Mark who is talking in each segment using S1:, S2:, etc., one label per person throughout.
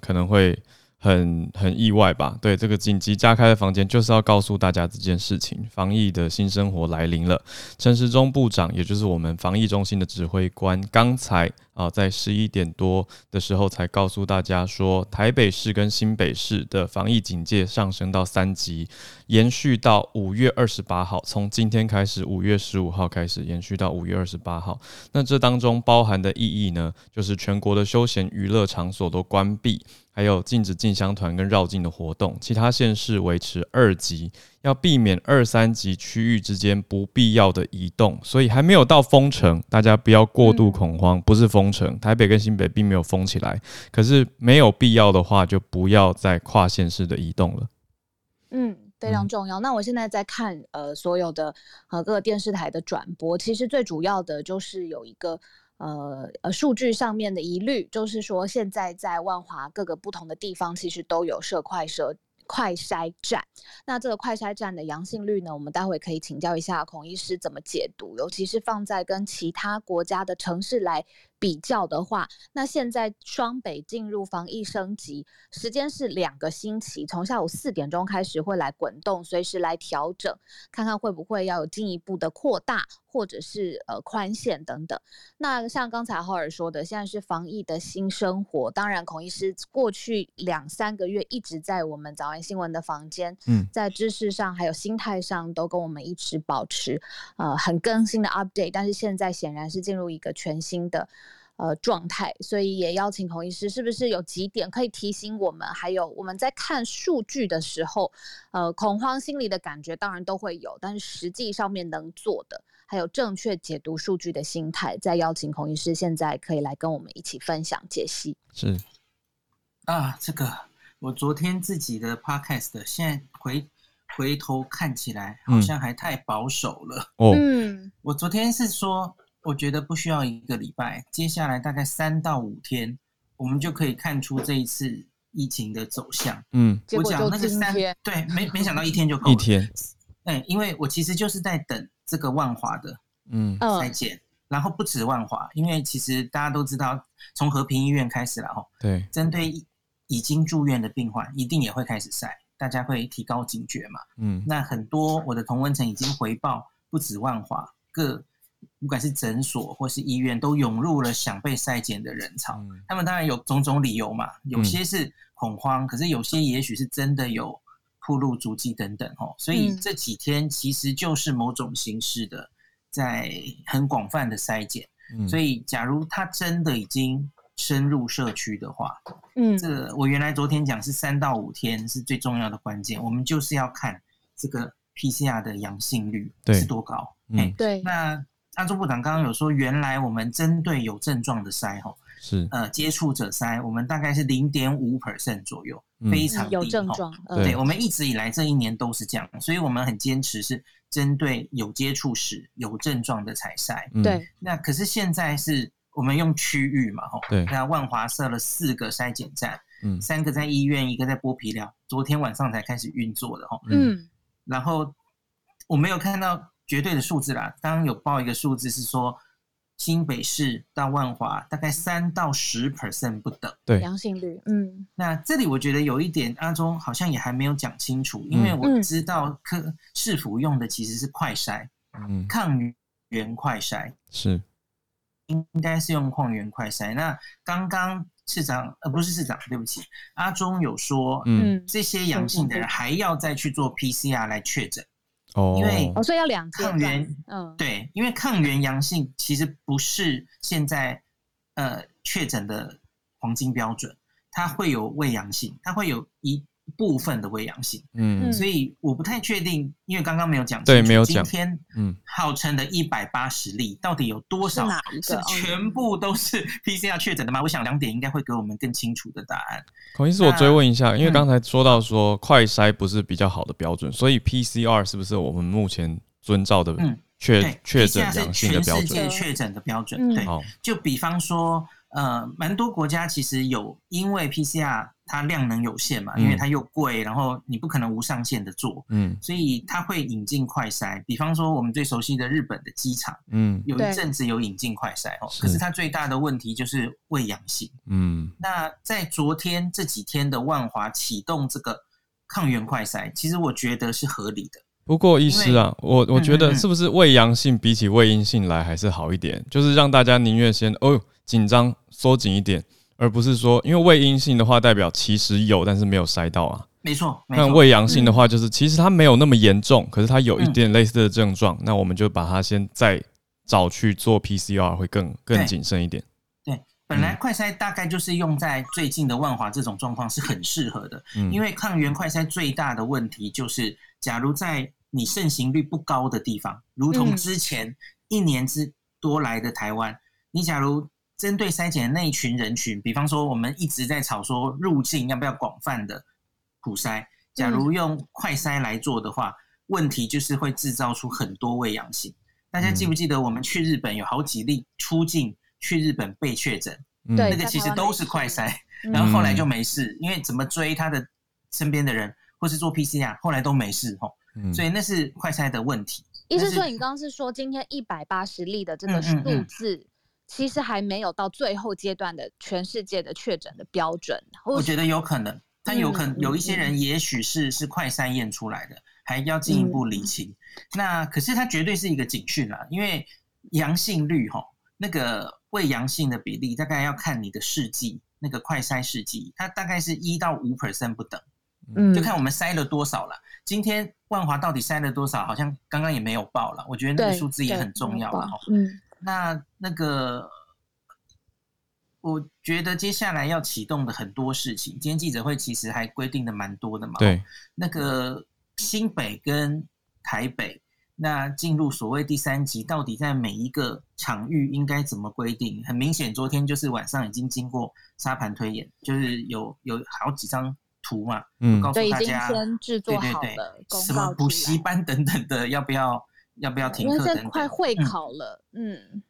S1: 可能会很很意外吧。对，这个紧急加开的房间就是要告诉大家这件事情，防疫的新生活来临了。陈时中部长，也就是我们防疫中心的指挥官，刚才啊、在十一点多的时候才告诉大家说，台北市跟新北市的防疫警戒上升到三级，延续到五月二十八号，从今天开始，五月十五号开始延续到五月二十八号。那这当中包含的意义呢，就是全国的休闲娱乐场所都关闭，还有禁止进香团跟绕境的活动，其他县市维持二级，要避免二三级区域之间不必要的移动。所以还没有到封城，大家不要过度恐慌，不是封城，台北跟新北并没有封起来，可是没有必要的话，就不要再跨县市的移动了。
S2: 嗯，非常
S1: 嗯
S2: 重要。那我现在在看呃所有的呃各个电视台的转播，其实最主要的就是有一个呃呃数据上面的疑虑，就是说现在在万华各个不同的地方，其实都有设快筛快筛站。那这个快筛站的阳性率呢，我们待会可以请教一下孔医师怎么解读，尤其是放在跟其他国家的城市来比较的话，那现在双北进入防疫升级，时间是两个星期，从下午四点钟开始会来滚动，随时来调整，看看会不会要有进一步的扩大或者是呃宽限等等。那像刚才浩尔说的，现在是防疫的新生活，当然孔医师过去两三个月一直在我们早安新闻的房间，
S1: 嗯
S2: 在知识上还有心态上都跟我们一直保持呃很更新的 update，但是现在显然是进入一个全新的呃状态，所以也邀请孔医师，是不是有几点可以提醒我们？还有我们在看数据的时候，呃，恐慌心理的感觉当然都会有，但是实际上面能做的，还有正确解读数据的心态，再邀请孔医师现在可以来跟我们一起分享解析。
S1: 是，
S3: 啊，这个我昨天自己的 podcast 现在回回头看起来好
S1: 嗯
S3: 像还太保守了。
S1: 哦，
S2: 嗯
S3: 我昨天是说，我觉得不需要一个礼拜，接下来大概三到五天，我们就可以看出这一次疫情的走向。
S1: 嗯，
S2: 结
S3: 我
S2: 果
S3: 讲
S2: 就
S3: 那个
S2: 今
S3: 三
S2: 天，
S3: 对，没没想到一 天就够了。
S1: 一，天，
S3: 哎、因为我其实就是在等这个万华的
S1: 嗯
S2: 嗯
S3: 再见，然后不止万华，因为其实大家都知道，从和平医院开始了哦，
S1: 对，
S3: 针对已已经住院的病患，一定也会开始筛，大家会提高警觉嘛。
S1: 嗯
S3: 那很多我的同温层已经回报，不止万华，各不管是诊所或是医院，都涌入了想被筛检的人潮。
S1: 嗯
S3: 他们当然有种种理由嘛，有些是恐慌，可是有些也许是真的有铺路足迹等等哦。所以
S2: 嗯
S3: 这几天其实就是某种形式的在很广泛的筛检。
S1: 嗯，
S3: 所以，假如他真的已经深入社区的话，
S2: 嗯
S3: 这个我原来昨天讲是三到五天是最重要的关键，我们就是要看这个 PCR 的阳性率
S1: 对
S3: 是多高。
S1: 嗯
S3: 哎
S2: 对，
S3: 那阿朱部长刚刚有说，原来我们针对有症状的筛吼，
S1: 是，
S3: 呃，接触者筛，我们大概是零点五 percent 左右，
S1: 嗯
S3: 非常
S2: 嗯
S3: 低、
S2: 有症
S3: 吼
S2: 状，嗯
S1: 对
S3: 对，我们一直以来这一年都是这样，所以我们很坚持是针对有接触史、有症状的采筛。
S1: 嗯，
S2: 对，
S3: 那可是现在是我们用区域嘛，吼，
S1: 对
S3: 那万华设了四个筛检站，
S1: 嗯
S3: 三个在医院，一个在剥皮寮，昨天晚上才开始运作的吼。
S1: 嗯
S2: 嗯
S3: 然后我没有看到绝对的数字啦，刚刚有报一个数字是说，新北市到万华大概三到十 percent 不等。
S1: 对，
S2: 阳性率，嗯
S3: 那这里我觉得有一点，阿中好像也还没有讲清楚，因为
S1: 嗯
S3: 我知道科市府用的其实是快筛，
S1: 嗯
S3: 抗原快筛，
S1: 是，
S3: 应该是用矿源快筛。那刚刚市长呃不是市长，对不起，阿中有说，
S1: 嗯
S2: 嗯，
S3: 这些阳性的人还要再去做 PCR 来确诊。
S1: 哦，
S3: 因为
S2: 哦，所以要两阶段，
S3: 抗原
S2: 嗯，
S3: 对，因为抗原阳性其实不是现在呃确诊的黄金标准，它会有未阳性，它会有一部分的未阳性，
S1: 嗯
S3: 所以我不太确定，因为刚刚没有讲清楚，
S1: 对没有讲
S3: 今天
S1: 嗯
S3: 号称的一百八十例到底有多
S2: 是
S3: 少
S2: 哪一
S3: 是
S1: 哦
S2: 个？
S1: 嗯
S3: 全部都是 PCR 确诊的吗？我想两点应该会给我们更清楚的答案。
S1: 孔医师，我追问一下，因为
S3: 嗯
S1: 刚才说到说快筛不是比较好的标准，所以 PCR 是不是我们目前遵照的
S3: 嗯
S1: 确
S3: 对
S1: 确诊
S3: PCR
S1: 阳
S3: 是
S1: 性的
S3: 全
S1: 标
S3: 世
S1: 准？
S3: 界确诊的标准。
S2: 嗯
S3: 对，
S1: 好，
S3: 就比方说，呃，蛮多国家其实有因为 PCR 它量能有限嘛，因为
S1: 嗯
S3: 它又贵，然后你不可能无上限的做，
S1: 嗯
S3: 所以它会引进快筛。比方说我们最熟悉的日本的机场，
S1: 嗯
S3: 有
S4: 对
S3: 一阵子有引进快筛哦，
S1: 是
S3: 可是它最大的问题就是喂阳性。
S1: 嗯
S3: 那在昨天这几天的万华启动这个抗原快筛，其实我觉得是合理的。
S1: 不过医师啊，我我
S3: 嗯
S1: 觉得是不是喂阳性比起喂阴性来还是好一点，就是让大家宁愿先哦紧张缩紧一点，而不是说因为喂阴性的话代表其实有但是没有筛到啊，
S3: 没错，没
S1: 那
S3: 错，嗯
S1: 喂阳性的话就是其实它没有那么严重，可是它有一点类似的症状，那我们就把它先再找去做 PCR 会更更
S3: 对
S1: 谨慎一点。
S3: 本
S1: 嗯
S3: 来快筛大概就是用在最近的万华这种状况是很适合的，
S1: 嗯，
S3: 因
S1: 为
S3: 为抗原快筛最大的问题就是，假如在你盛行率不高的地方，如同
S4: 嗯
S3: 之前一年之多来的台湾，你假如针对筛检的那一群人群，比方说我们一直在吵说入境要不要广泛的普筛，假如用快筛来做的话，问题就是会制造出很多未阳性。大家记不记得我们去日本有好几例出境去日本被确诊，
S4: 对
S3: 那个其实都是快筛。然
S1: 嗯
S3: 后后来就没事，因为怎么追他的身边的人，或是做 PCR，后来都没事吼，
S1: 嗯
S3: 所以那是快筛的问题。
S4: 医生
S3: 但是
S4: 说，你刚刚是说今天一百八十例的这个
S3: 嗯
S4: 数
S3: 嗯嗯
S4: 字，其实还没有到最后阶段的全世界的确诊的标准。
S3: 我
S4: 或
S3: 觉得有可能，但有可
S4: 嗯嗯
S3: 有一些人也许是是快筛验出来的，还要进一步理
S4: 嗯
S3: 清。那可是它绝对是一个警讯啦，因为阳性率吼，那个未阳性的比例大概要看你的试剂，那个快筛试剂，它大概是一到五 percent 不等。
S4: 嗯
S3: 就看我们筛了多少了。今天万华到底筛了多少？好像刚刚也没有报了。我觉得那个
S4: 对
S3: 数字也
S4: 对
S3: 很重
S4: 没
S3: 要
S4: 错
S3: 了。吼
S4: 嗯，
S3: 那那个，我觉得接下来要启动的很多事情，今天记者会其实还规定的蛮多的嘛。吼，
S1: 对，
S3: 那个新北跟台北，那进入所谓第三级，到底在每一个场域应该怎么规定？很明显，昨天就是晚上已经经过沙盘推演，就是有有好几张图嘛，
S1: 嗯
S3: 告诉
S4: 对，已
S3: 大
S4: 经
S3: 家
S4: 先制
S3: 对
S4: 作
S3: 对
S4: 好
S3: 对
S4: 了公
S3: 什么
S4: 告
S3: 补
S4: 出
S3: 习
S4: 来
S3: 班等等的，要不要要不要停
S4: 因为
S3: 课
S4: 现在
S3: 等
S4: 快
S3: 等？
S4: 会
S3: 嗯
S4: 考了，嗯，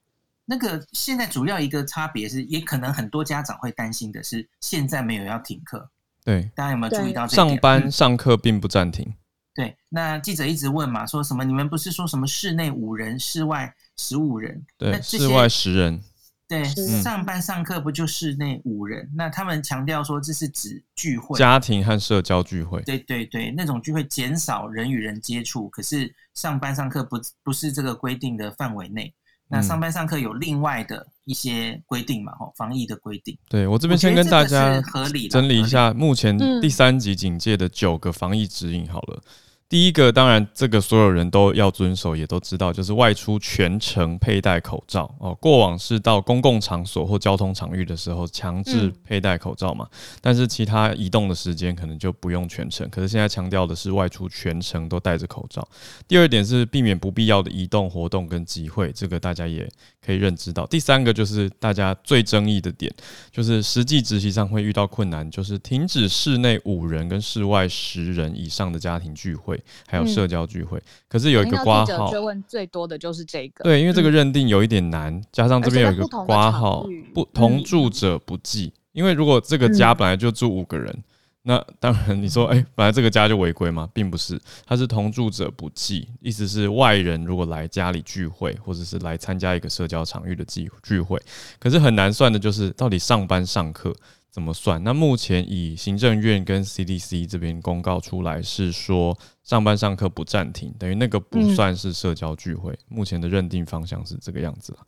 S3: 那个现在主要一个差别是，也可能很多家长会担心的是，现在没有要停课，
S1: 对，
S3: 大家有没有注意
S4: 对
S3: 到这一点？
S1: 上班
S3: 嗯
S1: 上课并不暂停。
S3: 对，那记者一直问嘛，说什么你们不是说什么室内五人，室外十五人？那
S1: 对，
S3: 这
S1: 室
S3: 些
S1: 外十嗯人，
S3: 对
S4: 是
S3: 上班上课不就室内五人？那他们强调说这是指聚会，
S1: 家庭和社交聚会。
S3: 对对对，那种聚会减少人与人接触，可是上班上课不不是这个规定的范围内。那
S1: 嗯
S3: 上班上课有另外的一些规定嘛，吼，防疫的规定。
S1: 对我这边
S3: 我觉
S1: 先
S3: 得
S1: 跟
S3: 这
S1: 大
S3: 个
S1: 家
S3: 是合理啦
S1: 整理一
S3: 合理
S1: 下目前
S4: 嗯
S1: 第三级警戒的九个防疫指引好了。第一个，当然这个所有人都要遵守，也都知道，就是外出全程佩戴口罩哦。过往是到公共场所或交通场域的时候强制
S4: 嗯
S1: 佩戴口罩嘛，但是其他移动的时间可能就不用全程。可是现在强调的是外出全程都戴着口罩。第二点是避免不必要的移动活动跟集会，这个大家也可以认知到。第三个就是大家最争议的点，就是实际执行上会遇到困难，就是停止室内五人跟室外十人以上的家庭聚会，还有
S4: 嗯
S1: 社交聚会。可是有一
S4: 听
S1: 个
S4: 到
S1: 挂
S4: 记者
S1: 号
S4: 追，问最多这就是这个，嗯
S1: 对，因为这个认定有一点难，加上这边有一个挂号
S4: 而且在不同的场域，
S1: 不同住者不计。因为如果这个家
S4: 嗯
S1: 本来就住五个人，那当然你说，哎、本来这个家就违规吗？并不是，它是同住者不计，意思是外人如果来家里聚会，或者是来参加一个社交场域的聚聚会，可是很难算的就是到底上班上课怎么算。那目前以行政院跟 CDC 这边公告出来是说，上班上课不暂停，等于那个不
S4: 嗯
S1: 算是社交聚会。目前的认定方向是这个样子啦。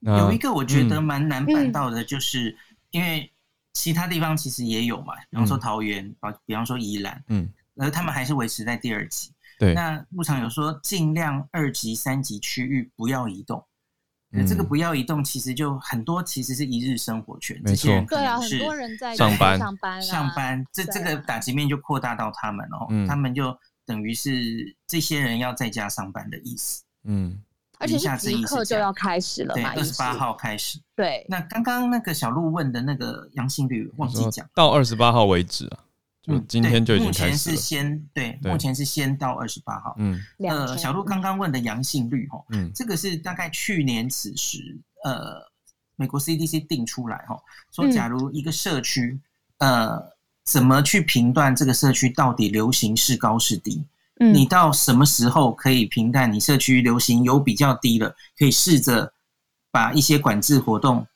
S1: 那
S3: 嗯有一个我觉得
S1: 嗯
S3: 蛮难办到的，就是因为其他地方其实也有嘛，比方说
S1: 嗯
S3: 桃园，比比方说宜兰，
S1: 嗯，
S3: 而他们还是维持在第二级。
S1: 对，
S3: 那牧场有说尽量二级、三级区域不要移动。呃
S1: 嗯
S3: 这个不要移动，其实就很多其实是一日生活圈，
S1: 没
S3: 这些人
S1: 错
S3: 可
S4: 对啊，
S3: 能
S4: 很
S3: 是
S4: 多人在
S1: 上班
S4: 上班啊
S3: 上班，这
S4: 对
S3: 这个
S4: 啊
S3: 打击面就扩大到他们哦
S1: 嗯，
S3: 他们就等于是这些人要在家上班的意思。
S1: 嗯
S4: 而且
S3: 一下
S4: 是
S3: 子
S4: 即
S3: 一直
S4: 刻就
S3: 讲
S4: 要开始了
S3: 对，
S4: 嘛，
S3: 二十八
S4: 意思
S3: 号开始。
S4: 对，
S3: 那刚刚那个小鹿问的那个阳性率，忘记
S1: 说
S3: 讲。
S1: 到二十八号为止啊，就
S3: 嗯，
S1: 今天就
S3: 对
S1: 已经
S3: 目
S1: 开
S3: 前
S1: 始
S3: 是
S1: 了。
S3: 先对，
S1: 对
S3: 目前是先到二十八号。
S1: 嗯
S4: 两
S3: 呃，
S4: 天
S3: 小鹿刚刚问的阳性率哦，
S1: 嗯
S3: 这个是大概去年此时，呃，美国 CDC 定出来哈，
S4: 嗯
S3: 说假如一个社区，呃，怎么去评断这个社区到底流行是高是低？
S4: 嗯
S3: 你到什么时候可以评断你社区流行有比较低了？可以试着把一些管制活动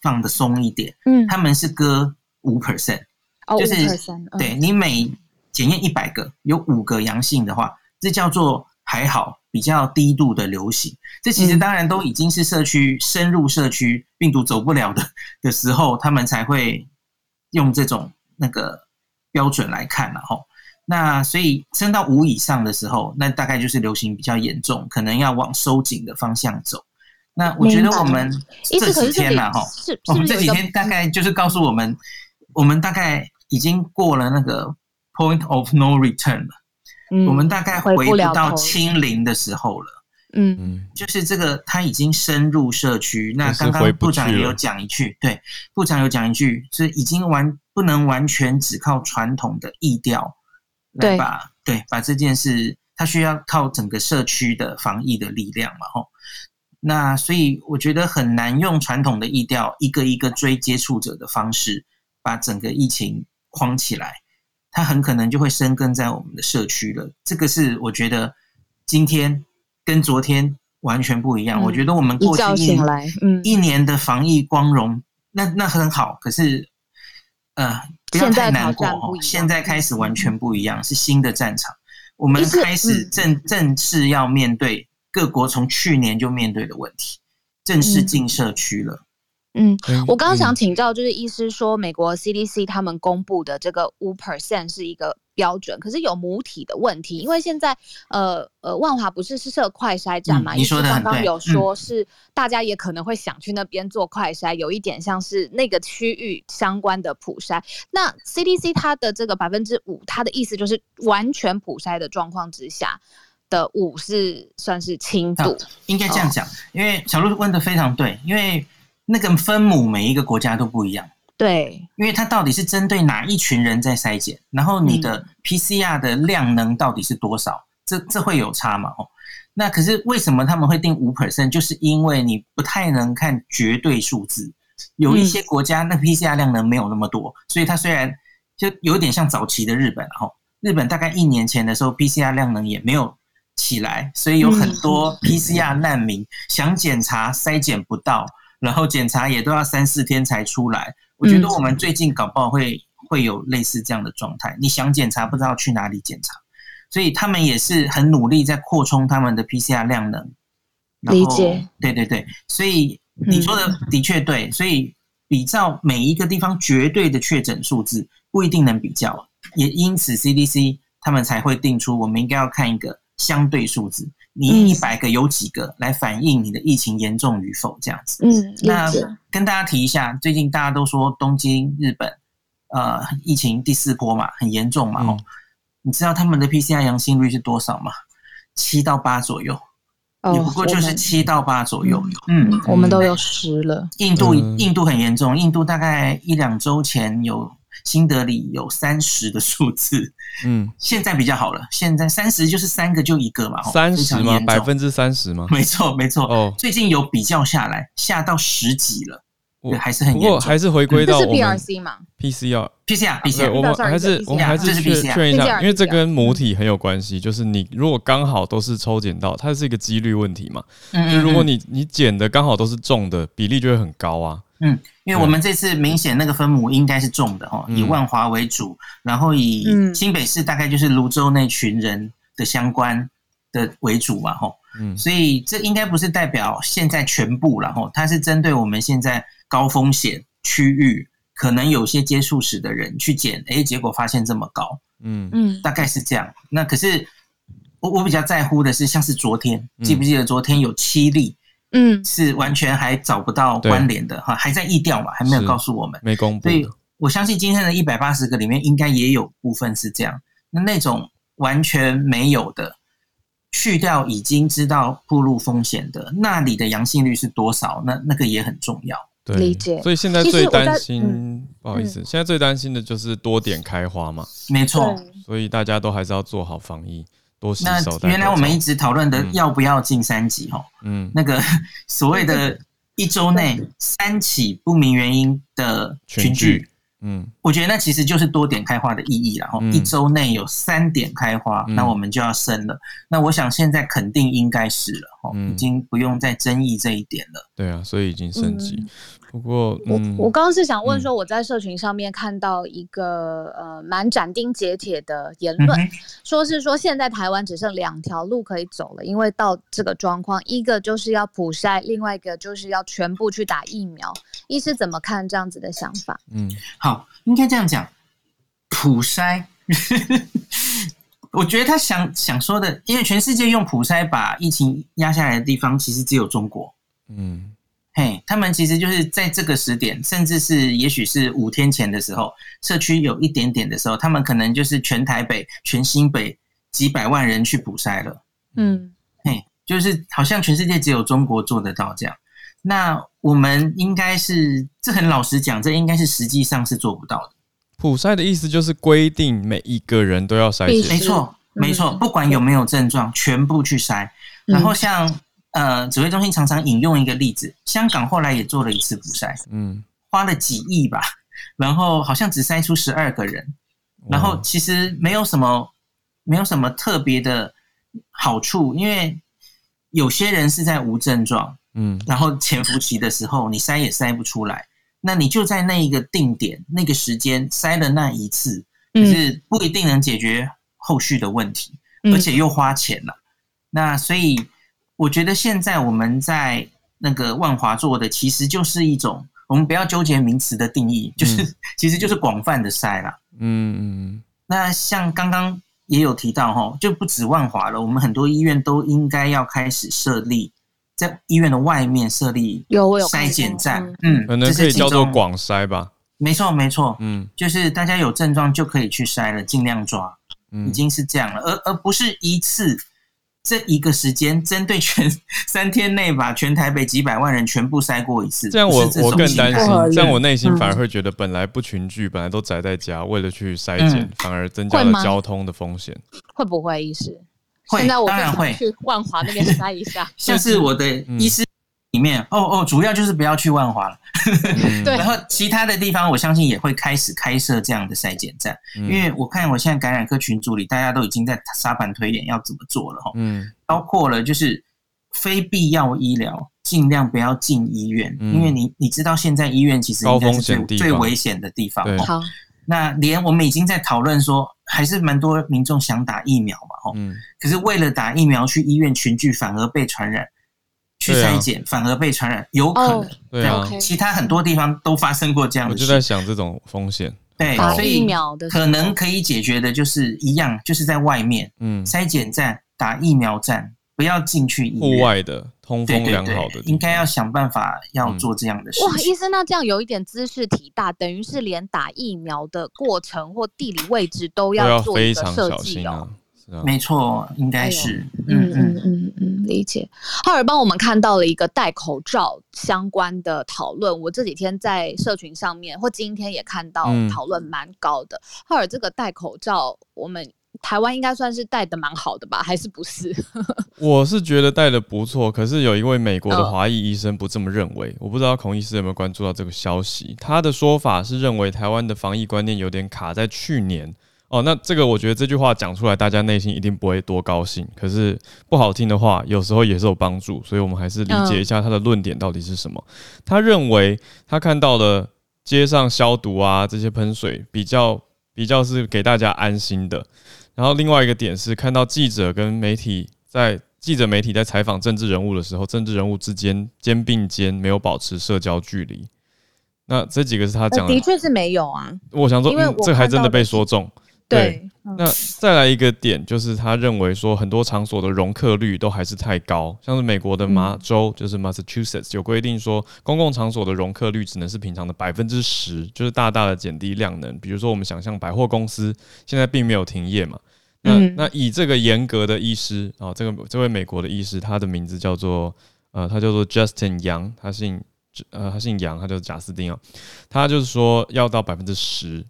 S3: 放的松一点，
S4: 嗯，
S3: 他们是割五 percent，
S4: 哦，
S3: 就
S4: 五
S3: 是
S4: percent，
S3: 对你每检验一百个有五个阳性的话，这叫做还好比较低度的流行。这其实
S4: 嗯
S3: 当然都已经是社区深入社区病毒走不了的的时候，他们才会用这种那个标准来看然后。那所以升到五以上的时候，那大概就是流行比较严重，可能要往收紧的方向走。那我觉得
S4: 明白
S3: 我们
S4: 一
S3: 这
S4: 直可
S3: 几
S4: 是这
S3: 天
S4: 里
S3: 啦，哈，
S4: 是
S3: 我
S4: 是
S3: 们
S4: 不是有
S3: 哦这
S4: 一
S3: 几
S4: 个
S3: 天大概就是告诉我们，我们大概已经过了那个 point of no return 了，
S4: 嗯
S3: 我们大概
S4: 回
S3: 回
S4: 不
S3: 不
S4: 了
S3: 到
S4: 头
S3: 清零的时候了。
S4: 嗯
S1: 嗯，
S3: 就是这个，它已经深入社区。那
S1: 就是
S3: 刚刚
S1: 回不
S3: 部长
S1: 去
S3: 也有
S1: 了
S3: 讲一句，对，部长有讲一句，是已经完不能完全只靠传统的意调来
S4: 对
S3: 把对把这件事，它需要靠整个社区的防疫的力量嘛，吼。那所以我觉得很难用传统的意调一个一个追接触者的方式，把整个疫情框起来。它很可能就会生根在我们的社区了。这个是我觉得今天跟昨天完全不一样。
S4: 嗯
S3: 我觉得我们
S4: 一
S3: 过去
S4: 觉
S3: 一
S4: 醒
S3: 年
S4: 来，嗯，
S3: 一年的防疫光荣，那那很好，可是呃，不要
S4: 现在
S3: 太难
S4: 挑
S3: 过
S4: 战
S3: 哦
S4: 不一。样嗯
S3: 现在开始完全不一样，是新的战场。我们
S4: 一是
S3: 开始
S4: 嗯
S3: 正正式要面对各国从去年就面对的问题，正式
S4: 嗯
S3: 进社区了。
S4: 嗯，
S1: 嗯
S4: 我刚刚想
S1: 嗯
S4: 请教，就是医师说美国 CDC 他们公布的这个五 percent 是一个标准，可是有母体的问
S3: 嗯
S4: 题，因为现在呃呃万华不是是设快筛站嘛，
S3: 嗯你
S4: 医师
S3: 说得
S4: 刚
S3: 很
S4: 刚
S3: 对嗯
S4: 有说是大家也可能会想去那边做快筛，有一点像是那个区域相关的普筛。那 CDC 它的这个百分之五，它的意思就是完全普筛的状况之下的五是算是轻度，
S3: 应该这
S4: 哦
S3: 样讲，因为小鹿问的非常对，因为那个分母每一个国家都不一样。
S4: 对，
S3: 因为它到底是针对哪一群人在筛检，然后你的 PCR 的量能到底是多少，这这会有差嘛？哦，那可是为什么他们会定五 percent？就是因为你不太能看绝对数字，有一些国家那 PCR 量能没有那么多，所以它虽然就有点像早期的日本，哦，日本大概一年前的时候 PCR 量能也没有起来，所以有很多 PCR 难民想检查筛检不到，然后检查也都要三四天才出来。我
S4: 嗯
S3: 觉得我们最近搞不好会会有类似这样的状态，你想检查不知道去哪里检查，所以他们也是很努力在扩充他们的 PCR 量能。然后
S4: 理解。嗯
S3: 对对对，所以你说的的确对，所以比照每一个地方绝对的确诊数字不一定能比较，也因此 CDC 他们才会定出我们应该要看一个相对数字，你一
S4: 嗯
S3: 百个有几个来反映你的疫情严重与否这样子。
S4: 嗯，理
S3: 那
S4: 解，
S3: 跟大家提一下，最近大家都说东京、日本，呃，疫情第四波嘛，很严重嘛。哦
S1: 嗯，
S3: 你知道他们的 PCR 阳性率是多少吗？七到八左右，
S4: 哦，
S3: 也不过
S4: 我
S3: 就是
S4: 们
S3: 七到八左右
S4: 嗯。
S3: 嗯，
S4: 嗯，我们都有十了。
S3: 印度
S1: 嗯
S3: 印度很严重，印度大概一两周前有新德里有三十的数字，
S1: 嗯，
S3: 现在比较好了，现在三十就是三个就一个嘛。哦
S1: 三十
S3: 非常
S1: 吗？
S3: 严重
S1: 百分之三十吗？
S3: 没错没错，
S1: 哦，
S3: 最近有比较下来，下到十几了。
S1: 我
S3: 对还是很
S1: 不
S3: 严
S1: 过
S3: 重
S1: 还是回归
S4: 这
S1: 到
S4: 是
S1: 我们
S4: BRC 嘛？
S1: PCR，
S3: PCR
S1: 啊对，
S3: PCR，
S1: 我们
S4: PCR
S1: 还是
S4: 这是
S1: 我们还是确
S3: PCR 这是啊
S1: 确认一
S4: PCR
S1: 下，因为这跟
S3: 嗯
S1: 母体很有关系，就是你如果刚好都是抽检到，它是一个几率问题嘛。
S3: 嗯
S1: 就
S3: 嗯
S1: 如果
S3: 嗯
S1: 你你捡的刚好都是中的，比例就会很高啊。
S3: 因为我们这次明显那个分母应该是重的哦，
S1: 嗯
S3: 以万华为主，然后以
S4: 嗯
S3: 新北市大概就是泸州那群人的相关的为主嘛吼，
S1: 嗯
S3: 所以这应该不是代表现在全部了吼，它是针对我们现在高风险区域可能有些接触史的人去检，诶，结果发现这么高，
S1: 嗯
S4: 嗯，
S3: 大概是这样。那可是我我比较在乎的是，像是昨天，
S1: 嗯
S3: 记不记得昨天有七例
S4: 嗯，
S3: 是完全还找不到关联的哈，还在意调嘛，还没有
S1: 是
S3: 告诉我们。
S1: 没公布
S3: 所以
S1: 的，
S3: 我相信今天的一百八十个里面，应该也有部分是这样。那那种完全没有的，去掉已经知道暴露风险的，那里的阳性率是多少？那那个也很重要。
S1: 对，
S4: 理解
S1: 所以现在
S4: 其实
S1: 最
S4: 我在
S1: 担
S4: 嗯
S1: 心，不好意思，现在最担心的就是多点开花嘛，
S3: 没错。
S1: 所以大家都还是要做好防疫，多洗
S3: 那
S1: 手。戴
S3: 原来
S1: 口
S3: 我们
S1: 罩
S3: 一直讨论的
S1: 嗯
S3: 要不要进三级哦，
S1: 嗯
S3: 那个所谓的一周内三起不明原因的群聚，
S1: 嗯
S3: 我觉得那其实就是多点开花的意义啦。然后
S1: 嗯
S3: 一周内有三点开花，
S1: 嗯
S3: 那我们就要生了。那我想现在肯定应该是了，哦，
S1: 嗯
S3: 已经不用再争议这一点了。
S1: 对啊，所以已经升级。
S4: 嗯
S1: 不过，
S4: 我
S1: 嗯，
S4: 我刚刚是想问
S1: 嗯
S4: 说，我在社群上面看到一个、呃蛮斩钉截铁的言
S3: 嗯
S4: 论，
S3: 哼
S4: 说是说现在台湾只剩两条路可以走了，因为到这个状况，一个就是要普筛，另外一个就是要全部去打疫苗。医师怎么看这样子的想法？
S1: 嗯
S3: 好，应该这样讲，普筛。 我觉得他想想说的，因为全世界用普筛把疫情压下来的地方，其实只有中国。
S1: 嗯
S3: 嘿，他们其实就是在这个时点，甚至是也许是五天前的时候，社区有一点点的时候，他们可能就是全台北、全新北几百万人去普筛了。
S4: 嗯
S3: 嘿，就是好像全世界只有中国做得到这样。那我们应该是，这很老实讲，这应该是实际上是做不到的。
S1: 普筛的意思就是规定每一个人都要筛
S4: 必
S1: 检
S3: 没
S4: 须。
S3: 错，
S4: 嗯
S3: 没错，不管有没有症状，全部去筛。然后像、呃，指挥中心常常引用一个例子，香港后来也做了一次补筛，
S1: 嗯，
S3: 花了几亿吧， 然后好像只筛出十二个人，然后
S1: 哇
S3: 其实没有什么，没有什么特别的好处，因为有些人是在无症状，
S1: 嗯
S3: 然后潜伏期的时候，你筛也筛不出来，那你就在那一个定点、那个时间筛了那一次，
S4: 嗯
S2: 嗯
S3: 可是不一定能解决后续的问题，而且又花钱了、那所以我觉得现在我们在那个万华做的，其实就是一种我们不要纠结名词的定义，就是、 其实就是广泛的筛啦。
S1: 嗯嗯
S3: 那像刚刚也有提到哈，就不止万华了，我们很多医院都应该要开始设立在医院的外面设立
S4: 有我有看
S3: 筛检
S4: 过
S3: 站，嗯，
S1: 嗯，可能
S3: 这是
S1: 可以叫做
S3: 其中，
S1: 广筛吧。
S3: 没错没错，
S1: 嗯
S3: 就是大家有症状就可以去筛了，尽量抓。
S1: 嗯，
S3: 已经是这样了，而而不是一次这一个时间针对全三天内把全台北几百万人全部筛过一次，
S1: 这样我
S3: 不是种
S1: 我更担
S3: 心
S1: 心
S3: 态
S4: 不合，理
S1: 这样我内心反而会觉得本来不群聚，本来都宅在家，为了去筛检
S3: 嗯，
S1: 反而增加
S4: 会
S1: 了
S4: 吗
S1: 交通的风险。
S4: 会不会医师？
S3: 会
S4: 现在我
S3: 当然
S4: 就想
S3: 会。
S4: 去万华那边筛一下
S3: 像是我的医师里面，哦哦，主要就是不要去万华了，
S1: 嗯
S4: 对
S3: 然后其他的地方我相信也会开始开设这样的筛检站，
S1: 嗯
S3: 因为我看我现在感染科群组里大家都已经在沙盘推演要怎么做了哈，
S1: 嗯
S3: 包括了就是非必要医疗，尽量不要进医院，
S1: 嗯
S3: 因为你你知道现在医院其实应
S1: 高
S3: 该是最
S1: 风险地方
S3: 最危险的地方。
S1: 对
S3: 哦
S4: 好，
S3: 那连我们已经在讨论说，还是蛮多民众想打疫苗嘛，哦，
S1: 嗯
S3: 可是为了打疫苗去医院群聚，反而被传染，去
S1: 对啊
S3: 筛检反而被传染，有可能
S4: 哦。
S1: 对啊，
S4: OK
S3: 其他很多地方都发生过这样
S1: 我
S3: 的
S1: 就在
S3: 事，
S1: 想这种风险。
S3: 对，
S4: 打
S3: 哎所
S4: 疫
S3: 以
S4: 苗的时候
S3: 可能可以解决的就是一样，就是在外面
S1: 嗯，
S3: 筛检站、打疫苗站，不要进去医
S1: 户
S3: 院。
S1: 外的通
S3: 对
S1: 风
S3: 对
S1: 良
S3: 对，
S1: 好的地方，嗯
S3: 应该要想办法要做这样的事
S4: 哇，
S3: 情。
S4: 医生，那这样有一点知识体大，等于是连打疫苗的过程或地理位置都
S1: 都要
S4: 做一
S1: 非
S4: 个
S1: 常
S4: 设
S1: 小
S4: 计
S1: 心
S4: 哦
S1: 啊。。是啊，
S3: 没错，应该是，嗯
S4: 嗯
S3: 嗯，
S4: 嗯嗯嗯，理解。浩尔帮我们看到了一个戴口罩相关的讨论，我这几天在社群上面或今天也看到
S1: 嗯
S4: 讨论蛮高的。浩尔这个戴口罩，我们台湾应该算是戴的蛮好的吧，还是不是？
S1: 我是觉得戴的不错，可是有一位美国的
S4: 嗯
S1: 华裔医生不这么认为。我不知道孔医师有没有关注到这个消息。他的说法是认为台湾的防疫观念有点卡在去年。哦，那这个我觉得这句话讲出来，大家内心一定不会多高兴。可是不好听的话，有时候也是有帮助，所以我们还是理解一下他的论点到底是什么。他认为他看到了街上消毒啊这些喷水比较比较是给大家安心的，然后另外一个点是，看到记者跟媒体在记者媒体在采访政治人物的时候，政治人物之间肩并肩，没有保持社交距离。那这几个是他 讲的
S4: 呃的，确是没有啊。
S1: 我想说，
S4: 因为
S1: 嗯
S4: 我
S1: 这个还
S4: 看
S1: 真的
S4: 到的
S1: 被
S4: 是
S1: 说中。对
S4: 对，嗯
S2: 嗯
S1: 那再来一个点，就是他认为说很多场所的容客率都还是太高，像是美国的麻州，就是 Massachusetts 有规定说，公共场所的容客率只能是平常的百分之十，就是大大的减低量能。比如说我们想象百货公司现在并没有停业嘛，那、
S4: 嗯
S1: 那以这个严格的医师啊、这个这位美国的医师，他的名字叫做呃，他叫做 Justin Yang，他姓呃他姓杨，他叫贾斯汀啊、他就是说要到百分之十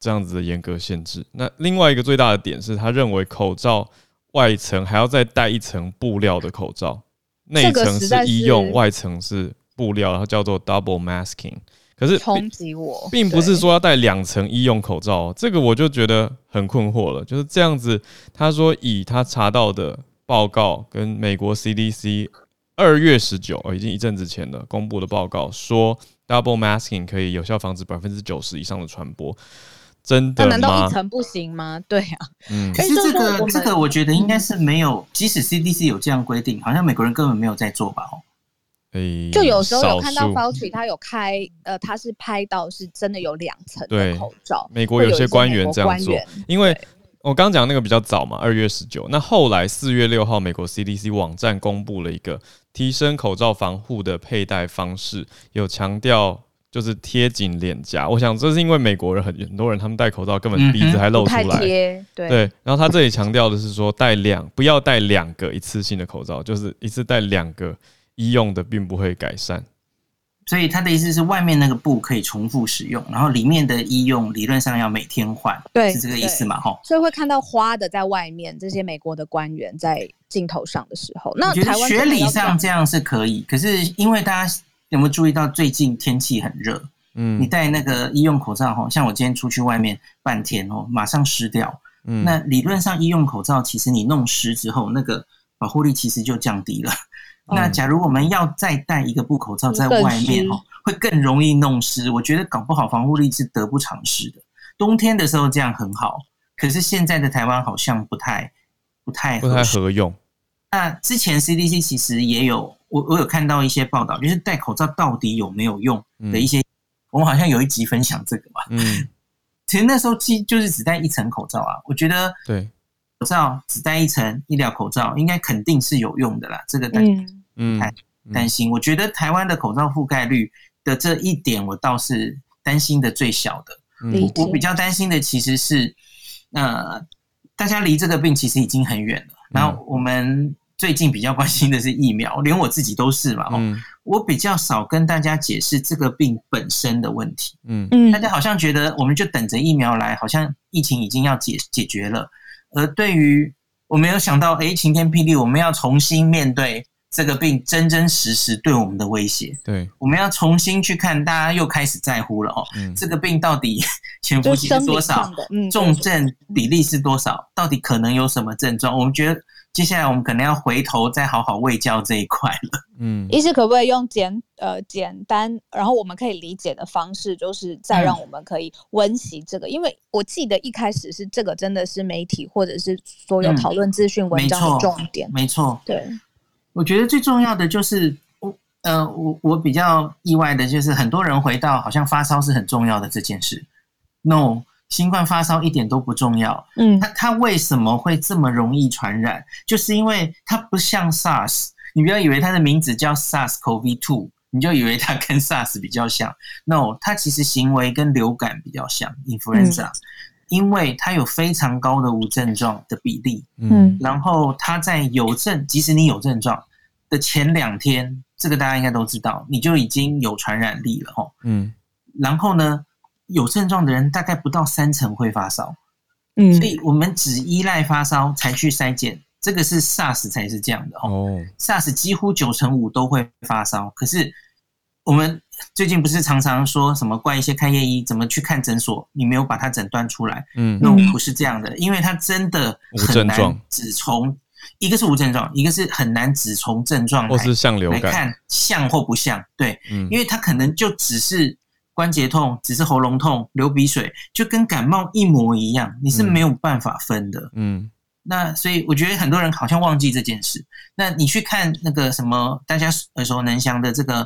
S1: 这样子的严格限制。那另外一个最大的点是，他认为口罩外层还要再戴一层布料的口罩，内
S4: 这个
S1: 层
S4: 实在
S1: 医
S4: 是
S1: 用，外层是布料，然后叫做 double masking。可是
S2: 冲击我，
S1: 并不是说要戴两层医用口罩哦、这个我就觉得很困惑了。就是这样子，他说以他查到的报告跟美国 CDC 二月十九、哦，已经一阵子前了公布的报告说，double masking 可以有效防止百分之九十以上的传播，真
S2: 那
S1: 的
S2: 难道
S1: 吗
S2: 一？层不行吗？对啊，
S1: 嗯
S3: 可
S4: 哎
S3: 是
S4: 就是
S3: 这
S4: 说我
S3: 个
S4: 们
S3: 这个，我觉得应该是没有，即使 CDC 有这样规定，好像美国人根本没有在做吧？哦，
S1: 嗯诶
S2: 就有时候有看到
S1: 少数
S2: Fauci 他有开，呃，他是拍到是真的有两层
S1: 对
S2: 的口罩，
S1: 美国
S2: 会
S1: 有些
S2: 一
S1: 官
S2: 美
S1: 员
S2: 国
S1: 这样
S2: 官
S1: 做
S2: 员
S1: 因为我刚讲那个比较早嘛，二月十九。那后来四月六号，美国 CDC 网站公布了一个提升口罩防护的佩戴方式，有强调就是贴紧脸颊。我想这是因为美国人很很多人他们戴口罩根本鼻
S3: 嗯
S1: 子
S3: 哼
S1: 还露
S2: 不
S1: 出
S2: 太
S1: 来，
S2: 贴，对
S1: 对，然后他这里强调的是说，戴两不要戴两个一次性的口罩，就是一次戴两个医用的，并不会改善。
S3: 所以他的意思是，外面那个布可以重复使用，然后里面的医用理论上要每天换，
S2: 对
S3: 是这个意思嘛？哈，
S2: 所以会看到花的在外面，这些美国的官员在镜头上的时候，那
S3: 我觉
S2: 台
S3: 得
S2: 湾
S3: 学
S2: 真的
S3: 理
S2: 要
S3: 上
S2: 讲
S3: 这样是可以，可是因为大家有没有注意到最近天气很热，你
S1: 嗯
S3: 戴那个医用口罩吼，像我今天出去外面半天哦，马上湿掉。
S1: 嗯，
S3: 那理论上医用口罩其实你弄湿之后，那个保护力其实就降低了。
S2: 哦
S3: 那假如我们要再戴一个布口罩在外面
S2: 更
S3: 哦，会更容易弄湿。我觉得搞不好防护力是得不偿失的。冬天的时候这样很好，可是现在的台湾好像不太不太
S1: 不太
S3: 合适。
S1: 合用。
S3: 那之前 CDC 其实也有，我我有看到一些报道，就是戴口罩到底有没有用的一些，我们好像有一集分享这个嘛。
S1: 嗯，
S3: 其实那时候其就是只戴一层口罩啊，我觉得
S1: 对，
S3: 口罩只戴一层医疗口罩，应该肯定是有用的啦，这个担
S2: 嗯，
S1: 嗯
S3: 哎
S1: 嗯
S3: 担心。我觉得台湾的口罩覆盖率的这一点，我倒是担心的最小的。
S2: 理
S1: 嗯
S2: 解
S3: 我比较担心的其实是，呃，大家离这个病其实已经很远了。
S1: 嗯
S3: 然后我们最近比较关心的是疫苗，连我自己都是嘛。哦
S1: 嗯
S3: 我比较少跟大家解释这个病本身的问题。
S1: 嗯
S2: 嗯
S3: 大家好像觉得我们就等着疫苗来，好像疫情已经要解解决了。而对于我没有想到，哎，晴天霹雳，我们要重新面对这个病真真实实对我们的威胁，
S1: 对，
S3: 我们要重新去看，大家又开始在乎了哦。
S1: 嗯
S3: 这个病到底 潜伏
S2: 就
S3: 期
S2: 生
S3: 是
S2: 理
S3: 多少
S2: 上？的，嗯，
S3: 重症比例是多少？到底可能有什么症状？我们觉得接下来我们可能要回头再好好喂教这一块了。
S1: 嗯
S2: 医师可不可以用简呃简单，然后我们可以理解的方式，就是再
S3: 嗯
S2: 让我们可以温习这个？因为我记得一开始是这个真的是媒体或者是所有
S3: 嗯
S2: 讨论资讯文
S3: 没
S2: 章的
S3: 错
S2: 重点，
S3: 没错，
S2: 对，
S3: 我觉得最重要的就是我呃，我我比较意外的就是很多人回到好像发烧是很重要的这件事。No，新冠发烧一点都不重要。
S2: 嗯
S3: 它它为什么会这么容易传染？就是因为它不像 SARS，你不要以为它的名字叫 SARS-CoV-2，你就以为它跟 SARS 比较像。No，它其实行为跟流感比较像 influenza，、因为它有非常高的无症状的比例。
S1: 嗯
S3: 然后他在有症，即使你有症状的前两天，这个大家应该都知道，你就已经有传染力了哦。
S1: 嗯
S3: 然后呢，有症状的人大概不到三成会发烧，
S2: 嗯
S3: 所以我们只依赖发烧才去筛检，这个是 SARS 才是这样的哦。
S1: 哦，
S3: SARS 几乎九成五都会发烧，可是我们最近不是常常说什么怪一些开业医怎么去看诊所，你没有把它诊断出来，
S1: 嗯
S3: 那
S2: 嗯
S3: 不是这样的，因为它真的
S1: 无
S3: 很
S1: 症
S3: 难
S1: 状
S3: 只从一个是无症状，一个是很难只从症状
S1: 或
S3: 来
S1: 是像流
S3: 来
S1: 感，
S3: 看像或不像。对，
S1: 嗯
S3: 因为它可能就只是关节痛，只是喉咙痛、流鼻水，就跟感冒一模一样，你是
S1: 嗯
S3: 没有办法分的。
S1: 嗯
S3: 那所以我觉得很多人好像忘记这件事。那你去看那个什么大家耳熟能详的这个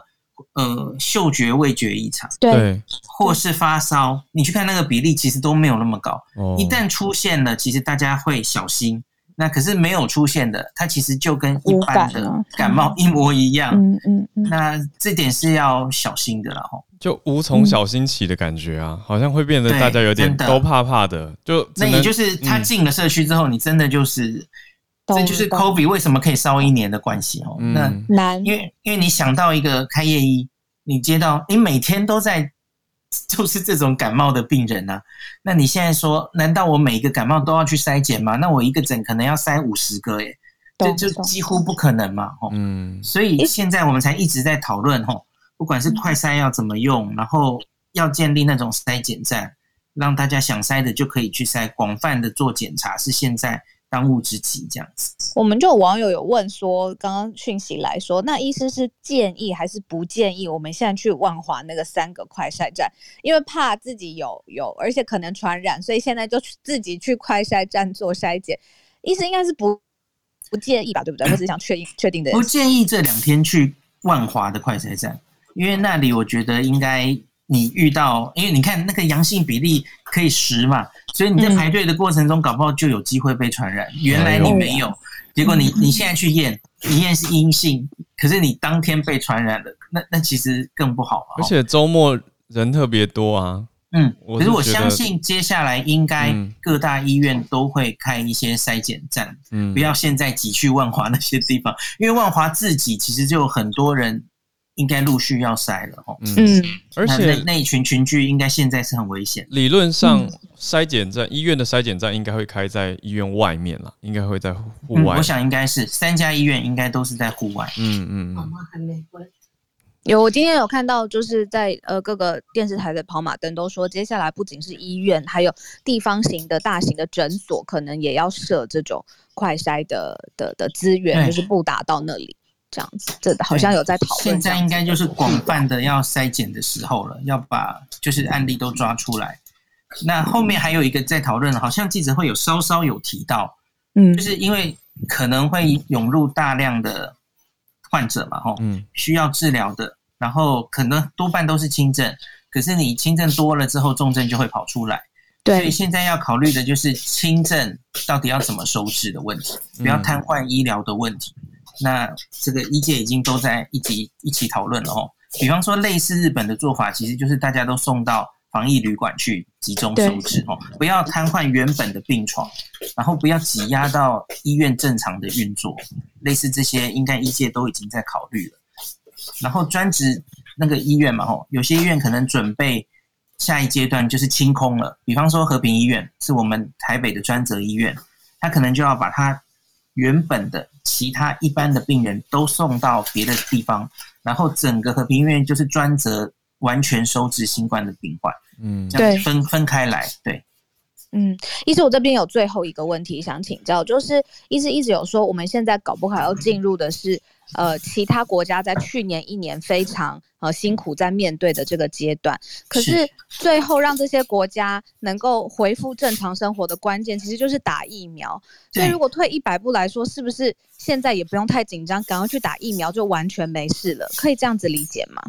S3: 呃嗅觉味觉异常，
S2: 对，
S1: 对
S3: 或是发烧，你去看那个比例其实都没有那么高。
S1: 哦，
S3: 一旦出现了，其实大家会小心。那可是没有出现的，它其实就跟一
S2: 无
S3: 般
S2: 感
S3: 的
S2: 啊
S3: 感冒一模一样。
S2: 嗯嗯嗯，
S3: 那这点是要小心的啦，吼。
S1: 就无从小心起的感觉啊，好像会变得大家有点
S3: 对真的
S1: 都怕怕的，就只
S3: 那
S1: 能
S3: 也就是他进了社区之后，你真的就是，这就是
S2: 嗯懂
S3: COVID 为什么可以烧一年的关系哦。
S1: 嗯
S3: 那
S2: 难
S3: 因为因为你想到一个开业医，你接到你每天都在就是这种感冒的病人啊，那你现在说，难道我每一个感冒都要去筛检吗？那我一个诊可能要筛五十个耶，这
S2: 懂
S3: 就
S2: 懂
S3: 几乎不可能嘛，吼。哦
S1: 嗯
S3: 所以现在我们才一直在讨论吼，哦不管是
S2: 嗯
S3: 快筛要怎么用，然后要建立那种筛检站，让大家想筛的就可以去筛，广泛的做检查是现在当务之急，这样子。
S2: 我们就有网友有问说，刚刚讯息来说，那医师是建议还是不建议我们现在去万华那个三个快筛站？因为怕自己有有，而且可能传染，所以现在就去自己去快筛站做筛检。医师应该是不不建议吧，对不对？我只是想确定确定的
S3: 不建议这两天去万华的快筛站，因为那里我觉得应该你遇到，因为你看那个阳性比例可以十嘛，所以你在
S2: 嗯
S3: 排队的过程中，搞不好就有机会被传染。原来你没有，结果你你现在去验，你验是阴性，可是你当天被传染了，那那其实更不好嘛。哦
S1: 而且周末人特别多啊，
S3: 嗯，
S1: 我
S3: 可
S1: 是
S3: 是我
S1: 觉得
S3: 相信接下来应该
S1: 嗯
S3: 各大医院都会开一些筛检站，
S1: 嗯，
S3: 不要现在挤去万华那些地方，因为万华自己其实就有很多人应该陆续要筛了哦。
S1: 嗯，
S2: 嗯，
S1: 而
S3: 那
S1: 且
S3: 那嗯那一群群聚应该现在是很危险。
S1: 理论上筛检站医院的筛检站应该会开在医院外面啦，应该会在户
S3: 嗯，
S1: 外
S3: 我。想应该是三家医院应该都是在户外。
S1: 嗯嗯
S3: 哦
S1: 嗯，
S2: 有，我今天有看到，就是在呃各个电视台的跑马灯都说，接下来不仅是医院，还有地方型的大型的诊所，可能也要设这种快筛的的的资源，
S3: 对
S2: 就是不打到那里这样子。这好像有在讨论
S3: 现
S2: 这
S3: 在
S2: 样
S3: 应
S2: 子的做法。
S3: 该就是广泛的要筛检的时候了，要把就是案例都抓出来。那后面还有一个在讨论，好像记者会有稍稍有提到，
S2: 嗯
S3: 就是因为可能会涌入大量的患者嘛，吼，
S1: 嗯，
S3: 需要治疗的，然后可能多半都是轻症，可是你轻症多了之后，重症就会跑出来。所以
S2: 对，
S3: 现在要考虑的就是轻症到底要怎么收治的问题，不要瘫痪医疗的问题。那这个医界已经都在一起一起讨论了哦。比方说，类似日本的做法，其实就是大家都送到防疫旅馆去集中收治哦，不要瘫痪原本的病床，然后不要挤压到医院正常的运作。类似这些，应该医界都已经在考虑了。然后专职那个医院嘛，吼，有些医院可能准备下一阶段就是清空了。比方说和平医院是我们台北的专责医院，他可能就要把他原本的其他一般的病人都送到别的地方，然后整个和平医院就是专责完全收治新冠的病患，
S1: 嗯
S3: 这样
S2: 对
S3: 分分开来，对。
S2: 嗯，医师，我这边有最后一个问题想请教，就是医师一直有说，我们现在搞不好要进入的是，呃，其他国家在去年一年非常呃辛苦在面对的这个阶段，可是
S3: 是
S2: 最后让这些国家能够恢复正常生活的关键，其实就是打疫苗。所以
S3: 对
S2: 如果退一百步来说，是不是现在也不用太紧张，赶快去打疫苗就完全没事了？可以这样子理解吗？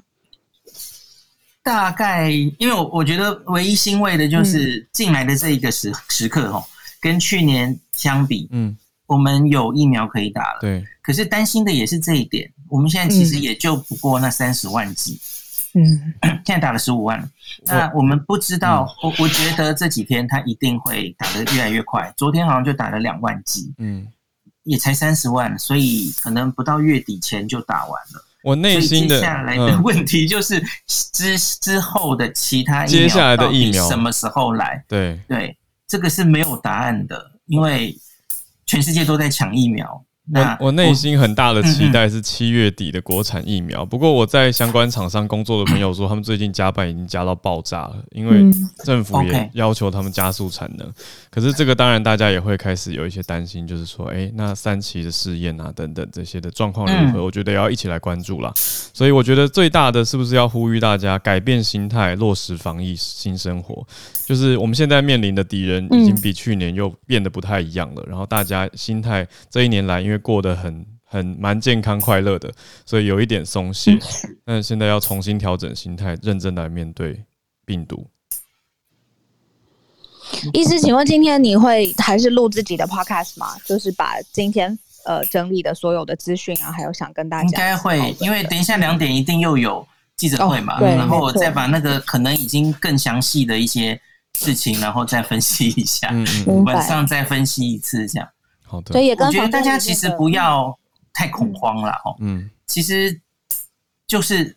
S3: 大概，因为我我觉得唯一欣慰的就是进来的这一个时时刻哦，跟去年相比，
S1: 嗯，
S3: 我们有疫苗可以打了。
S1: 对，嗯
S3: 可是担心的也是这一点，我们现在其实也就不过那三十万剂，
S2: 嗯，
S3: 现在打了十五万。那我们不知道，
S1: 嗯
S3: 我我觉得这几天他一定会打得越来越快。昨天好像就打了两万剂，
S1: 嗯，
S3: 也才三十万，所以可能不到月底前就打完了。
S1: 我内
S3: 所
S1: 心
S3: 以接
S1: 的
S3: 下来的
S1: 嗯，
S3: 问题就是之之后的其他疫苗
S1: 接下来的疫苗
S3: 到底什么时候来？
S1: 对，
S3: 对，这个是没有答案的，因为全世界都在抢疫苗。那
S1: 我我内心很大的期待是七月底的国产疫苗，不过我在相关厂商工作的朋友说，他们最近加班已经加到爆炸了，因为
S2: 嗯
S1: 政府也
S3: OK
S1: 要求他们加速产能。可是这个当然大家也会开始有一些担心，就是说，诶，那三期的试验啊等等这些的状况如何，我觉得也要一起来关注啦。所以我觉得最大的是不是要呼吁大家改变心态，落实防疫新生活？就是我们现在面临的敌人已
S2: 嗯
S1: 经比去年又变得不太一样了。然后大家心态这一年来，因为过得很很蛮健康快乐的，所以有一点松懈。
S2: 嗯
S1: 但现在要重新调整心态，认真来面对病毒。
S2: 医师，请问今天你会还是录自己的 podcast 吗？就是把今天呃整理的所有的资讯啊，还有想跟大家
S3: 应该会，因为等一下两点一定又有记者会嘛，
S2: 哦对
S3: 然后我
S2: 没错
S3: 再把那个可能已经更详细的一些事情，然后再分析一下，
S1: 嗯嗯，
S2: 明白
S3: 晚上再分析一次这样。
S1: 好
S2: 所
S1: 的。
S2: 以也跟
S3: 我觉得
S2: 房间
S3: 大
S2: 里
S3: 家
S2: 面
S3: 其实
S2: 的
S3: 不要太恐慌了哦，
S1: 嗯，
S3: 其实就是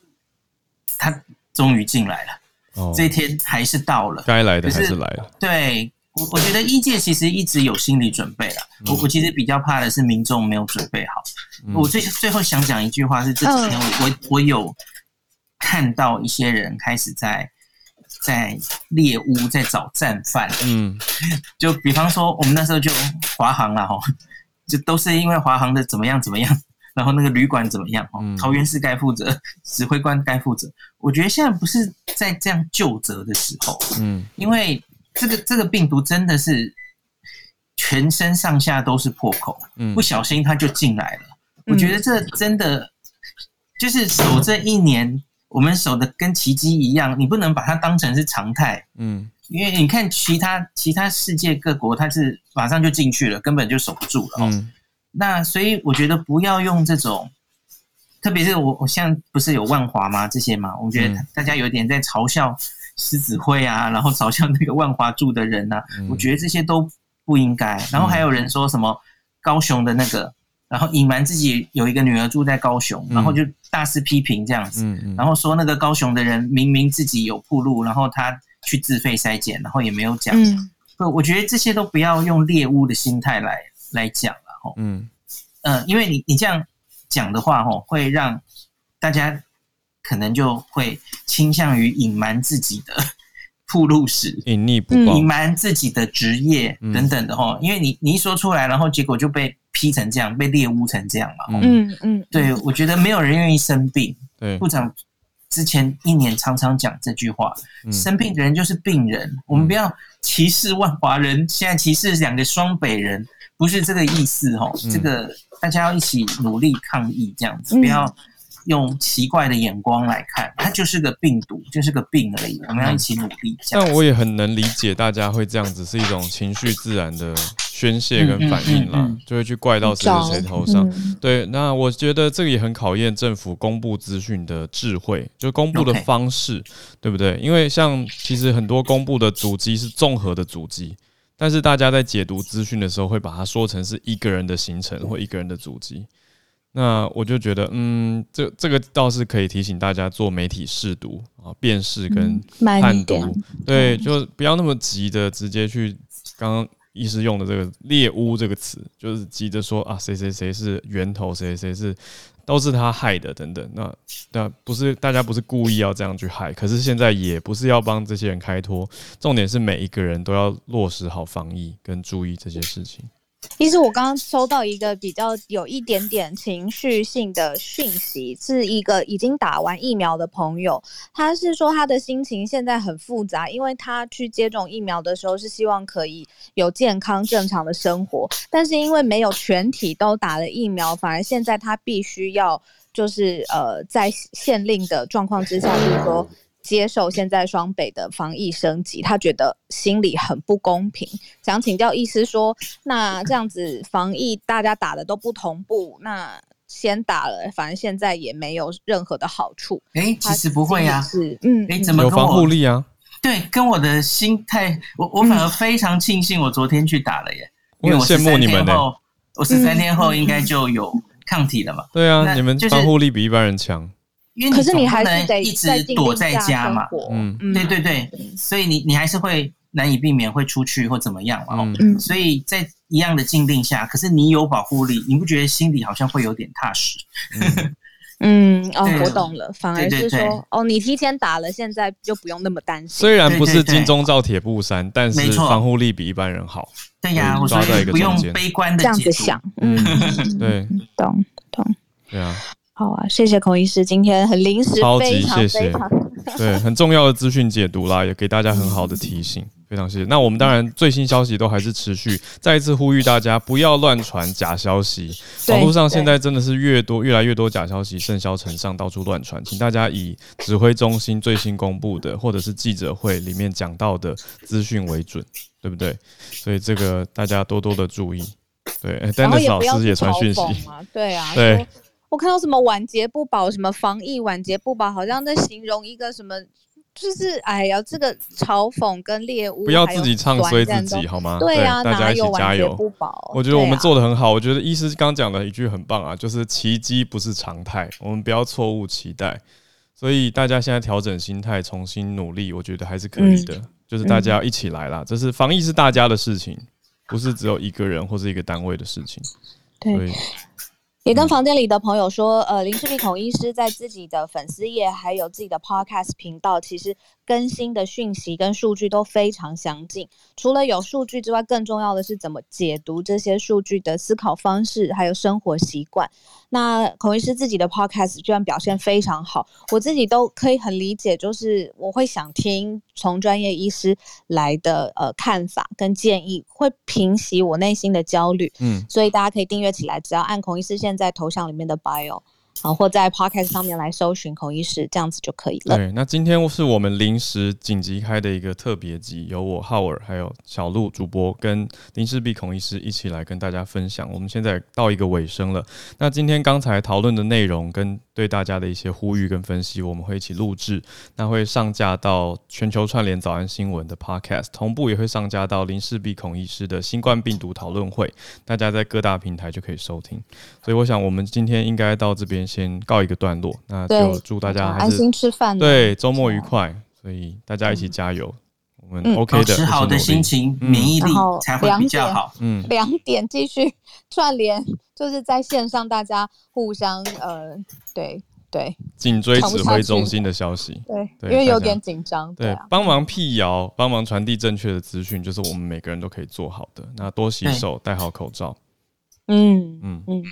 S3: 他终于进来了，
S1: 哦，
S3: 这一天还是到了。
S1: 该来的
S3: 可
S1: 还
S3: 是
S1: 是来了。
S3: 对我，我觉得医界其实一直有心理准备了。我、我其实比较怕的是民众没有准备好。
S1: 嗯
S3: 我最最后想讲一句话是这几天我、我我有看到一些人开始在在猎巫，在找战犯。
S1: 嗯，
S3: 就比方说，我们那时候就华航了哈，就都是因为华航的怎么样怎么样， 然后那个旅馆怎么样，哦
S1: 嗯
S3: 桃园市该负责，指挥官该负责。我觉得现在不是在这样就责的时候，
S1: 嗯
S3: 因为这个这个病毒真的是全身上下都是破口，
S1: 嗯
S3: 不小心它就进来了。
S2: 嗯
S3: 我觉得这真的就是守这一年，我们守的跟奇迹一样，你不能把它当成是常态。
S1: 嗯
S3: 因为你看其他其他世界各国，它是马上就进去了，根本就守不住了、哦。
S1: 嗯
S3: 那所以我觉得不要用这种，特别是我我现在不是有万华吗？这些嘛，我觉得
S1: 嗯
S3: 大家有点在嘲笑狮子会啊，然后嘲笑那个万华住的人呐、啊，
S1: 嗯
S3: 我觉得这些都不应该。然后还有人说什么高雄的那个，然后隐瞒自己有一个女儿住在高雄，
S1: 嗯
S3: 然后就大肆批评这样子。
S1: 嗯嗯，
S3: 然后说那个高雄的人明明自己有铺路，然后他去自费筛检，然后也没有讲。
S2: 嗯，
S3: 所以我觉得这些都不要用猎物的心态来来讲了哦。
S1: 嗯
S3: 嗯、因为你你这样讲的话哦，会让大家可能就会倾向于隐瞒自己的 铺路史。
S1: 隐匿不
S2: 嗯
S1: 报
S3: 隐，瞒自己的职业
S1: 哦嗯
S3: 等等的哈，因为你你一说出来，然后结果就被批成这样，被猎污成这样嘛。
S1: 嗯
S2: 嗯嗯，
S3: 对，我觉得没有人愿意生病，
S1: 对
S3: 部，长之前一年常常讲这句话：
S1: 嗯
S3: 生病的人就是病人，我们不要歧视万华人，现在歧视两个双北人，不是这个意思哦。
S1: 嗯
S3: 这个大家要一起努力抗疫，这样子
S2: 嗯
S3: 不要用奇怪的眼光来看，它就是个病毒，就是个病而已，我们要一起努力这样
S1: 但
S3: 子。
S1: 我也很能理解大家会这样子，是一种情绪自然的宣泄跟反应啦，
S3: 嗯嗯嗯嗯
S1: 就会去怪到谁谁谁头上。
S2: 嗯
S1: 对，那我觉得这个也很考验政府公布资讯的智慧，就公布的
S3: OK
S1: 方式对不对？因为像其实很多公布的主机是综合的主机，但是大家在解读资讯的时候会把它说成是一个人的行程
S3: 嗯
S1: 或一个人的主机。那我就觉得，嗯，这这个倒是可以提醒大家做媒体试读啊、辨识
S3: 嗯
S1: 跟
S2: 慢一
S1: 判
S2: 点
S1: 读，对，就不要那么急的直接去刚刚医师用的这个“猎巫”这个词，就是急着说啊，谁谁谁是源头，谁谁是都是他害的等等。那那不是大家不是故意要这样去害，可是现在也不是要帮这些人开脱，重点是每一个人都要落实好防疫跟注意这些事情。
S2: 其实我刚刚收到一个比较有一点点情绪性的讯息，是一个已经打完疫苗的朋友，他是说他的心情现在很复杂，因为他去接种疫苗的时候是希望可以有健康正常的生活，但是因为没有全体都打了疫苗，反而现在他必须要就是呃在限令的状况之下，就是说。接受现在双北的防疫升级，他觉得心里很不公平。想请教医师说，那这样子防疫大家打的都不同步，那先打了，反正现在也没有任何的好处。
S3: 哎、其实不会啊
S2: 他，心里是嗯，
S3: 哎、
S2: 嗯
S3: 怎么
S1: 有
S3: 跟
S1: 防护
S3: 我
S1: 力啊！
S3: 对跟我的心态，我我反而非常庆幸我昨天去打了耶，
S1: 我
S3: 因为
S1: 很
S3: 我
S1: 嗯羡
S3: 十
S1: 慕
S3: 三
S1: 你们
S3: 天
S1: 呢、
S3: 后，我十三
S2: 嗯
S3: 天后
S2: 嗯
S3: 应该就有抗体了嘛。
S1: 对啊，
S3: 那
S1: 你们
S3: 就是
S1: 防护力比一般人强。
S3: 因为
S2: 嗯可是你
S3: 总不
S2: 还
S3: 能
S2: 是得
S3: 一
S2: 在
S3: 直
S2: 禁
S3: 躲
S2: 令
S3: 在
S2: 下
S3: 家
S2: 生
S3: 嘛
S2: 活，，
S1: 嗯
S2: 嗯
S3: 对对对，所以你你还是会难以避免会出去或怎么样嘛、哦。
S1: 嗯
S2: 嗯
S3: 所以在一样的禁令下，可是你有保护力，你不觉得心里好像会有点踏实？
S2: 嗯，哦
S3: 对，
S2: 我懂了，反而
S3: 对
S2: 是
S3: 对对
S2: 说，哦，你提前打了，现在就不用那么担心。
S1: 虽然不是
S3: 对对对
S1: 金钟罩铁布衫，但是
S3: 没错
S1: 防护力比一般人好。
S3: 对呀、
S1: 嗯
S3: 我
S1: 抓
S3: 说
S1: 在一个
S3: 不用
S1: 中间
S3: 悲观
S2: 这
S3: 的
S2: 样
S3: 解
S2: 子
S3: 读。
S2: 想，
S1: 嗯
S2: 嗯，，
S1: 对
S2: 懂懂。
S1: 对啊，
S2: 好啊，谢谢孔医师，今天很临时
S1: 超，级
S2: 非常
S1: 谢谢
S2: 非常，
S1: 对，很重要的资讯解读啦，也给大家很好的提醒，
S2: 嗯
S1: 非常谢谢。那我们当然最新消息都还是持续，再一次呼吁大家不要乱传假消息。
S2: 对
S1: 网络上现
S2: 对
S1: 在真的是越多越来越多假消息盛嚣尘上，到处乱传，请大家以指挥中心最新公布的或者是记者会里面讲到的资讯为准，对不对？所以这个大家多多的注意。对哎
S2: 然后
S1: ，Dennis 老
S2: 不要
S1: 师
S2: 去
S1: 也传
S2: 嘲
S1: 讯息，
S2: 讽啊，对 啊，
S1: 对
S2: 说。我看到什么晚节不保，什么防疫晚节不保，好像在形容一个什么，就是哎呀，这个嘲讽跟猎物，
S1: 不要
S2: 还有
S1: 自己唱衰自
S2: 短暂
S1: 己
S2: 都。
S1: 好吗？
S2: 对啊，
S1: 大家
S2: 哪
S1: 一起
S2: 有
S1: 加
S2: 晚节
S1: 油。
S2: 不保？
S1: 我觉得我们
S2: 对啊
S1: 做的很好。我觉得医师刚讲的一句很棒啊，就是奇迹不是常态，我们不要错误期待。所以大家现在调整心态，重新努力，我觉得还是可以的。
S2: 嗯
S1: 就是大家要一起来啦，这是防疫是大家的事情，不是只有一个人或是一个单位的事情。
S2: 对
S1: 所以
S2: 也跟房间里的朋友说，呃，林氏璧孔医师在自己的粉丝页还有自己的 podcast 频道，其实更新的讯息跟数据都非常详尽。除了有数据之外，更重要的是怎么解读这些数据的思考方式，还有生活习惯。那孔医师自己的 podcast 居然表现非常好，我自己都可以很理解，就是我会想听从专业医师来的呃看法跟建议，会平息我内心的焦虑。
S1: 嗯，
S2: 所以大家可以订阅起来，只要按孔医师现在头像里面的 bio，啊，或在 podcast 上面来搜寻孔医师，这样子就可以了。
S1: 对。那今天是我们临时紧急开的一个特别集，由我浩尔还有小鹿主播跟林氏璧孔医师一起来跟大家分享。我们现在也到一个尾声了，那今天刚才讨论的内容跟对大家的一些呼吁跟分析，我们会一起录制，那会上架到全球串联早安新闻的 podcast，同步也会上架到林氏璧孔医师的新冠病毒讨论会，大家在各大平台就可以收听。所以我想我们今天应该到这边先告一个段落，那就
S2: 对
S1: 祝大家还
S2: 安
S1: 是
S2: 心吃饭。
S1: 对，周末愉快，所以大家一起加油，我们 OK
S3: 嗯保
S1: 的，
S3: 持好的
S1: 一起努力
S3: 心，情，
S1: 嗯
S3: 免疫力
S2: 然后
S3: 才会比较
S2: 了解
S3: 好。
S1: 嗯，
S2: 两点继续 串联，就是在线上大家互相呃，对对
S1: 紧追指
S2: 吵不
S1: 挥
S2: 下
S1: 中
S2: 去
S1: 心的消息，
S2: 对，
S1: 对
S2: 因为有
S1: 大家
S2: 点紧张，对
S1: 对
S2: 啊，，
S1: 帮忙辟谣，帮忙传递正确的资讯，就是我们每个人都可以做好的。那多洗手，戴好口罩，
S2: 嗯。
S1: 嗯，
S2: 嗯，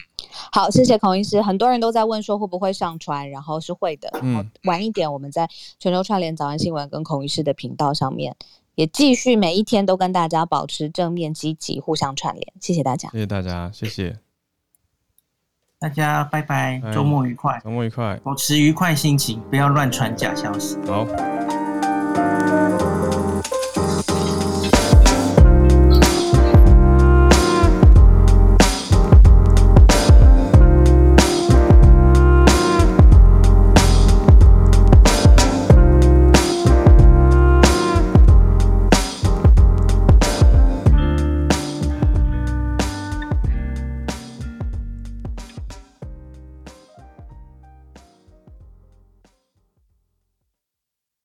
S2: 好，谢谢孔医师。很多人都在问说会不会上传，然后是会的。然后
S1: 嗯
S2: 晚一点，我们在全球串联早安新闻跟孔医师的频道上面，也继续每一天都跟大家保持正面积极，互相串联。谢谢大家。
S1: 谢谢大家，谢谢，
S3: 大家拜拜
S1: 拜，
S3: 周末愉快，
S1: 周末愉快，
S3: 保持愉快心情，不要乱传假消息。
S1: 好。